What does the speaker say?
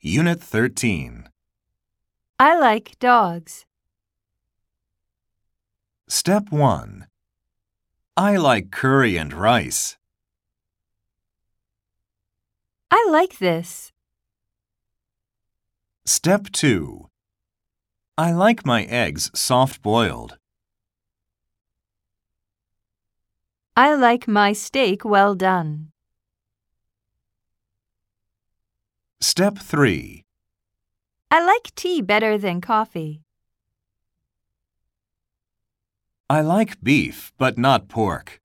Unit 13. I like dogs. Step 1. I like curry and rice. I like this. Step 2. I like my eggs soft boiled. I like my steak well done. Step 3. I like tea better than coffee. I like beef but not pork.